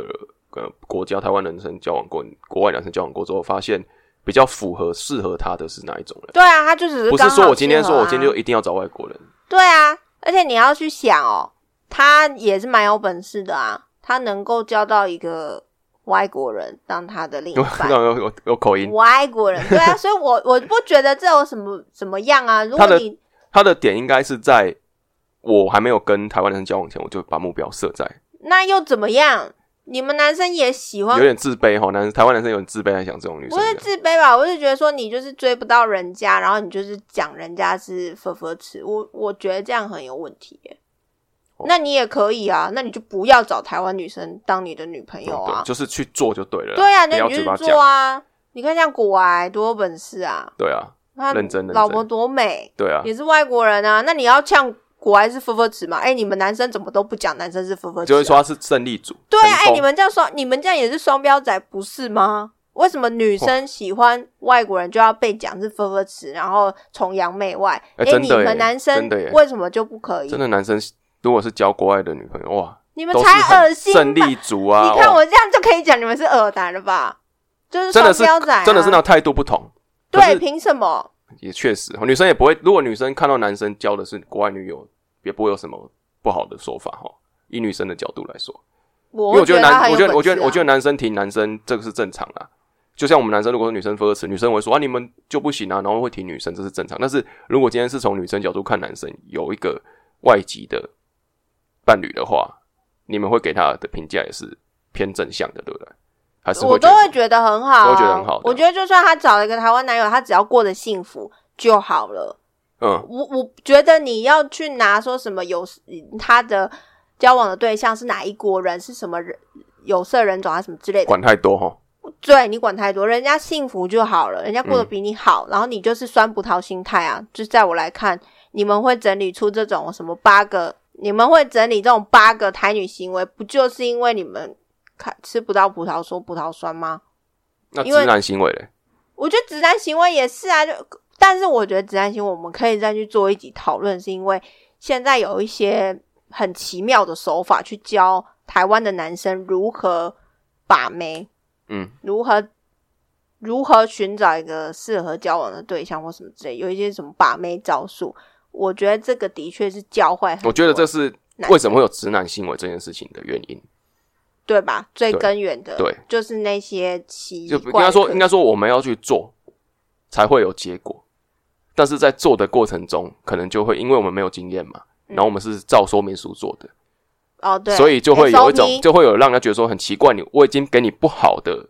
Speaker 1: 呃国家台湾男生交往过，国外男生交往过之后，发现比较符合适合他的是哪一种人。
Speaker 2: 对啊，他就只是
Speaker 1: 不
Speaker 2: 刚
Speaker 1: 是
Speaker 2: 好
Speaker 1: 说我今天
Speaker 2: 适合
Speaker 1: 说我
Speaker 2: 啊
Speaker 1: 今天就一定要找外国人，
Speaker 2: 对啊，而且你要去想哦，他也是蛮有本事的啊，他能够交到一个外国人当他的另一
Speaker 1: 有
Speaker 2: 半，
Speaker 1: 有有有口音。
Speaker 2: 外 国人对啊，所以我我不觉得这有什么怎么样啊。如
Speaker 1: 他
Speaker 2: 果
Speaker 1: 的
Speaker 2: 你
Speaker 1: 他的点应该是在我还没有跟台湾男生交往前，我就把目标设在
Speaker 2: 那又怎么样？你们男生也喜欢
Speaker 1: 有，点自卑哈，男台湾男生有点自卑，在想这种女生
Speaker 2: 不是
Speaker 1: 这样。
Speaker 2: 自卑吧？我是觉得说你就是追不到人家，然后你就是讲人家是佛佛吃，我我觉得这样很有问题耶。
Speaker 1: 哦
Speaker 2: 那你也可以啊，那你就不要找台湾女生当你的女朋友啊
Speaker 1: 哦对，。就是去做就对了啦。
Speaker 2: 对啊，
Speaker 1: 不
Speaker 2: 那
Speaker 1: 要
Speaker 2: 你
Speaker 1: 嘴
Speaker 2: 就
Speaker 1: 巴
Speaker 2: 去做
Speaker 1: 讲。
Speaker 2: 啊！你看像古埃多有本事啊，
Speaker 1: 对啊，
Speaker 2: 他
Speaker 1: 认真认真
Speaker 2: 老婆多美，
Speaker 1: 对啊，
Speaker 2: 也是外国人啊。那你要像古埃是夫妇池嘛？哎、你们男生怎么都不讲男生是夫妇池、啊？
Speaker 1: 就会说他是胜利组。
Speaker 2: 对
Speaker 1: 成
Speaker 2: 啊，哎、
Speaker 1: 功
Speaker 2: 你们这样双，你们这样也是双标仔，不是吗？为什么女生喜欢外国人就要被讲是夫妇池，然后崇洋媚外？
Speaker 1: 哎
Speaker 2: 哎、
Speaker 1: 真
Speaker 2: 你
Speaker 1: 的耶
Speaker 2: 们男生
Speaker 1: 真的耶
Speaker 2: 为什么就不可以
Speaker 1: 真？的男生如果是交国外的女朋友，哇，
Speaker 2: 你们
Speaker 1: 都是
Speaker 2: 才
Speaker 1: 很
Speaker 2: 恶心吧！
Speaker 1: 胜利组啊！
Speaker 2: 你看
Speaker 1: 哇
Speaker 2: 我这样就可以讲你们是恶男了吧？就是
Speaker 1: 真
Speaker 2: 双
Speaker 1: 的是
Speaker 2: 标仔、啊
Speaker 1: 真的是那态度不同。可
Speaker 2: 对，
Speaker 1: 是
Speaker 2: 凭什么？
Speaker 1: 也确实，女生也不会，如果女生看到男生交的是国外女友，也不会有什么不好的说法哈。以女生的角度来说，
Speaker 2: 我
Speaker 1: 因为我觉得
Speaker 2: 他
Speaker 1: 男，
Speaker 2: 很
Speaker 1: 我
Speaker 2: 有
Speaker 1: 觉得
Speaker 2: 本
Speaker 1: 我觉得
Speaker 2: 事啊
Speaker 1: 我觉得男生挺男生，这个是正常啦。就像我们男生，如果是女生歌词，女生会说啊你们就不行啊，然后会挺女生，这是正常。但是如果今天是从女生角度看男生，有一个外籍的伴侣的话，你们会给他的评价也是偏正向的，对不对？还是
Speaker 2: 啊我
Speaker 1: 会觉
Speaker 2: 都
Speaker 1: 得
Speaker 2: 会觉得很好、啊，
Speaker 1: 都会觉得很好的
Speaker 2: 我觉得就算她找了一个台湾男友，她只要过得幸福就好了。
Speaker 1: 嗯，
Speaker 2: 我我觉得你要去拿说什么有她的交往的对象是哪一国人，是什么人，有色人种啊什么之类的，
Speaker 1: 管太多哈，
Speaker 2: 对你管太多，人家幸福就好了，人家过得比你好，然后你就是酸葡萄心态啊。就在我来看，你们会整理出这种什么八个，你们会整理这种八个台女行为，不就是因为你们看吃不到葡萄说葡萄酸吗？
Speaker 1: 那
Speaker 2: 因为
Speaker 1: 直男行为嘞，
Speaker 2: 我觉得直男行为也是啊，就但是我觉得直男行为我们可以再去做一集讨论，是因为现在有一些很奇妙的手法去教台湾的男生如何把妹，
Speaker 1: 嗯，
Speaker 2: 如何如何寻找一个适合交往的对象或什么之类，有一些什么把妹招数，我觉得这个的确是教坏很多
Speaker 1: 我觉得这是
Speaker 2: 男
Speaker 1: 为什么会有直男行为这件事情的原因。
Speaker 2: 对吧？最
Speaker 1: 对
Speaker 2: 根源的
Speaker 1: 对
Speaker 2: 就是那些奇
Speaker 1: 就
Speaker 2: 怪
Speaker 1: 应该说，
Speaker 2: 的
Speaker 1: 应该说我们要去做，才会有结果。但是在做的过程中，可能就会因为我们没有经验嘛，然后我们是照说明书做的，
Speaker 2: 哦嗯对，
Speaker 1: 所以就会有一种
Speaker 2: SOP
Speaker 1: 就会有让人家觉得说很奇怪，你我已经给你不好的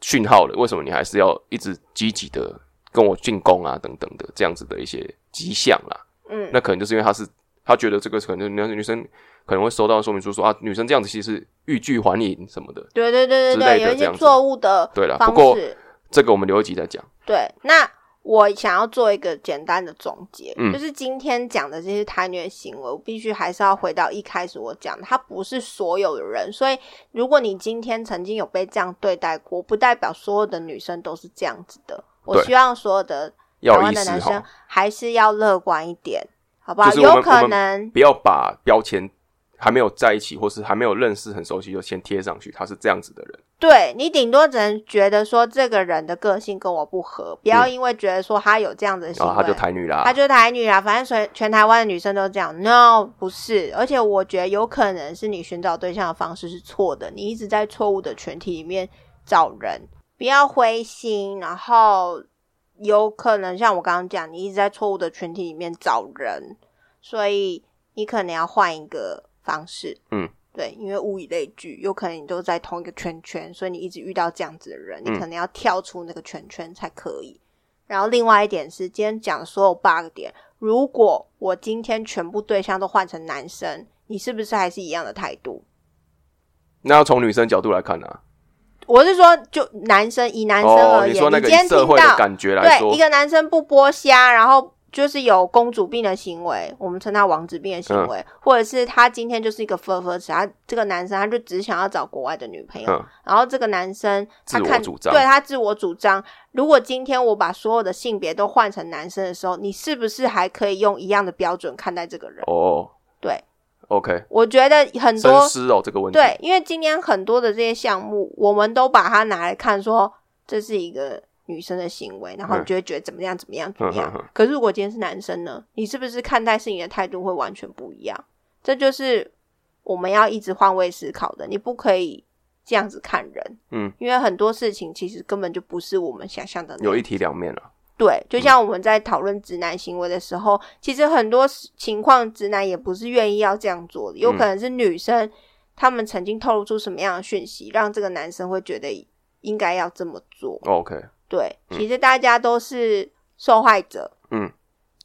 Speaker 1: 讯号了，为什么你还是要一直积极的跟我进攻啊等等的这样子的一些迹象啦？
Speaker 2: 嗯
Speaker 1: 那可能就是因为他是他觉得这个可能女女生可能会收到说明书说啊，女生这样子其实是欲拒还迎什么的。
Speaker 2: 对对对对
Speaker 1: 之类的
Speaker 2: 对，有一
Speaker 1: 这
Speaker 2: 些
Speaker 1: 样子
Speaker 2: 错误的
Speaker 1: 对啦不
Speaker 2: 方
Speaker 1: 过
Speaker 2: 式。
Speaker 1: 这个我们留一集再讲。
Speaker 2: 对，那我想要做一个简单的总结，
Speaker 1: 嗯
Speaker 2: 就是今天讲的这些贪虐行为，我必须还是要回到一开始我讲的，它不是所有的人，所以如果你今天曾经有被这样对待过，不代表所有的女生都是这样子的。我
Speaker 1: 对
Speaker 2: 希望所有的台
Speaker 1: 要有
Speaker 2: 湾
Speaker 1: 意
Speaker 2: 的
Speaker 1: 识
Speaker 2: 男
Speaker 1: 哈
Speaker 2: 生还是要乐观一点，好不好？
Speaker 1: 就是我们
Speaker 2: 有可
Speaker 1: 我们
Speaker 2: 能
Speaker 1: 不要把标签还没有在一起，或是还没有认识很熟悉就先贴上去，他是这样子的人。
Speaker 2: 对你顶多只能觉得说这个人的个性跟我不合，不要
Speaker 1: 嗯
Speaker 2: 因为觉得说他有这样子的行
Speaker 1: 然
Speaker 2: 为，
Speaker 1: 后他就台女啦
Speaker 2: 她，就是台女啊，反正全全台湾的女生都这样。No，不是，而且我觉得有可能是你寻找对象的方式是错的，你一直在错误的群体里面找人，不要灰心。然后有可能像我刚刚讲，你一直在错误的群体里面找人，所以你可能要换一个方式。
Speaker 1: 嗯。
Speaker 2: 对，因为物以类聚，有可能你都在同一个圈圈，所以你一直遇到这样子的人，你
Speaker 1: 嗯
Speaker 2: 可能要跳出那个圈圈才可以。然后另外一点是，今天讲的所有八个点，如果我今天全部对象都换成男生，你是不是还是一样的态度？
Speaker 1: 那要从女生角度来看啊，
Speaker 2: 我是说，就男生以男生
Speaker 1: 哦，
Speaker 2: 而
Speaker 1: 你
Speaker 2: 言，
Speaker 1: 说那
Speaker 2: 你
Speaker 1: 个
Speaker 2: 今天
Speaker 1: 以社
Speaker 2: 听
Speaker 1: 会的
Speaker 2: 到
Speaker 1: 感觉来说
Speaker 2: 对一，个男生不剥虾，然后就是有公主病的行为，我们称他王子病的行为，
Speaker 1: 嗯
Speaker 2: 或者是他今天就是一个 f u 子，他这个男生他就只想要找国外的女朋友，
Speaker 1: 嗯，
Speaker 2: 然后这个男生他
Speaker 1: 自我
Speaker 2: 看
Speaker 1: 主张
Speaker 2: 对他自我主张。如果今天我把所有的性别都换成男生的时候，你是不是还可以用一样的标准看待这个人？
Speaker 1: 哦，
Speaker 2: 对
Speaker 1: ，OK，
Speaker 2: 我觉得很
Speaker 1: 深
Speaker 2: 多
Speaker 1: 思哦这个问题，
Speaker 2: 对，因为今天很多的这些项目，我们都把它拿来看说这是一个女生的行为，然后
Speaker 1: 嗯
Speaker 2: 你就会觉得怎么样怎么样怎么
Speaker 1: 哼哼哼
Speaker 2: 样。可是如果今天是男生呢，你是不是看待事情的态度会完全不一样？这就是我们要一直换位思考的，你不可以这样子看人，
Speaker 1: 嗯，
Speaker 2: 因为很多事情其实根本就不是我们想象的那
Speaker 1: 有一体两面啊了，
Speaker 2: 对，就像我们在讨论直男行为的时候，其实很多时情况直男也不是愿意要这样做的，有可能是女生、他们曾经透露出什么样的讯息，让这个男生会觉得应该要这么做。
Speaker 1: 哦 OK，
Speaker 2: 对，其实大家都是受害者。
Speaker 1: 嗯，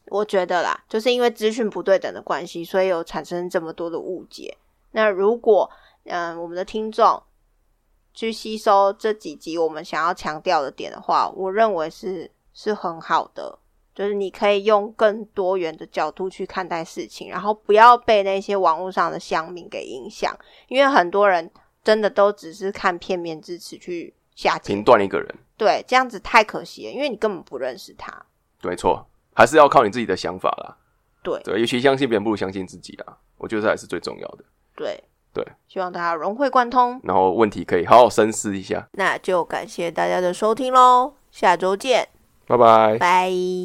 Speaker 2: 我觉得啦，就是因为资讯不对等的关系，所以有产生这么多的误解。那如果嗯、我们的听众去吸收这几集我们想要强调的点的话，我认为是是很好的。就是你可以用更多元的角度去看待事情，然后不要被那些网络上的乡民给影响，因为很多人真的都只是看片面之词去下结
Speaker 1: 评断一个人，
Speaker 2: 对，这样子太可惜了，因为你根本不认识他。
Speaker 1: 没错，还是要靠你自己的想法啦，
Speaker 2: 对
Speaker 1: 对，尤其相信别人不如相信自己啦，我觉得这还是最重要的。
Speaker 2: 对
Speaker 1: 对，
Speaker 2: 希望大家融会贯通。
Speaker 1: 然后问题可以好好深思一下，
Speaker 2: 那就感谢大家的收听喽，下周见，
Speaker 1: 拜拜。
Speaker 2: 拜。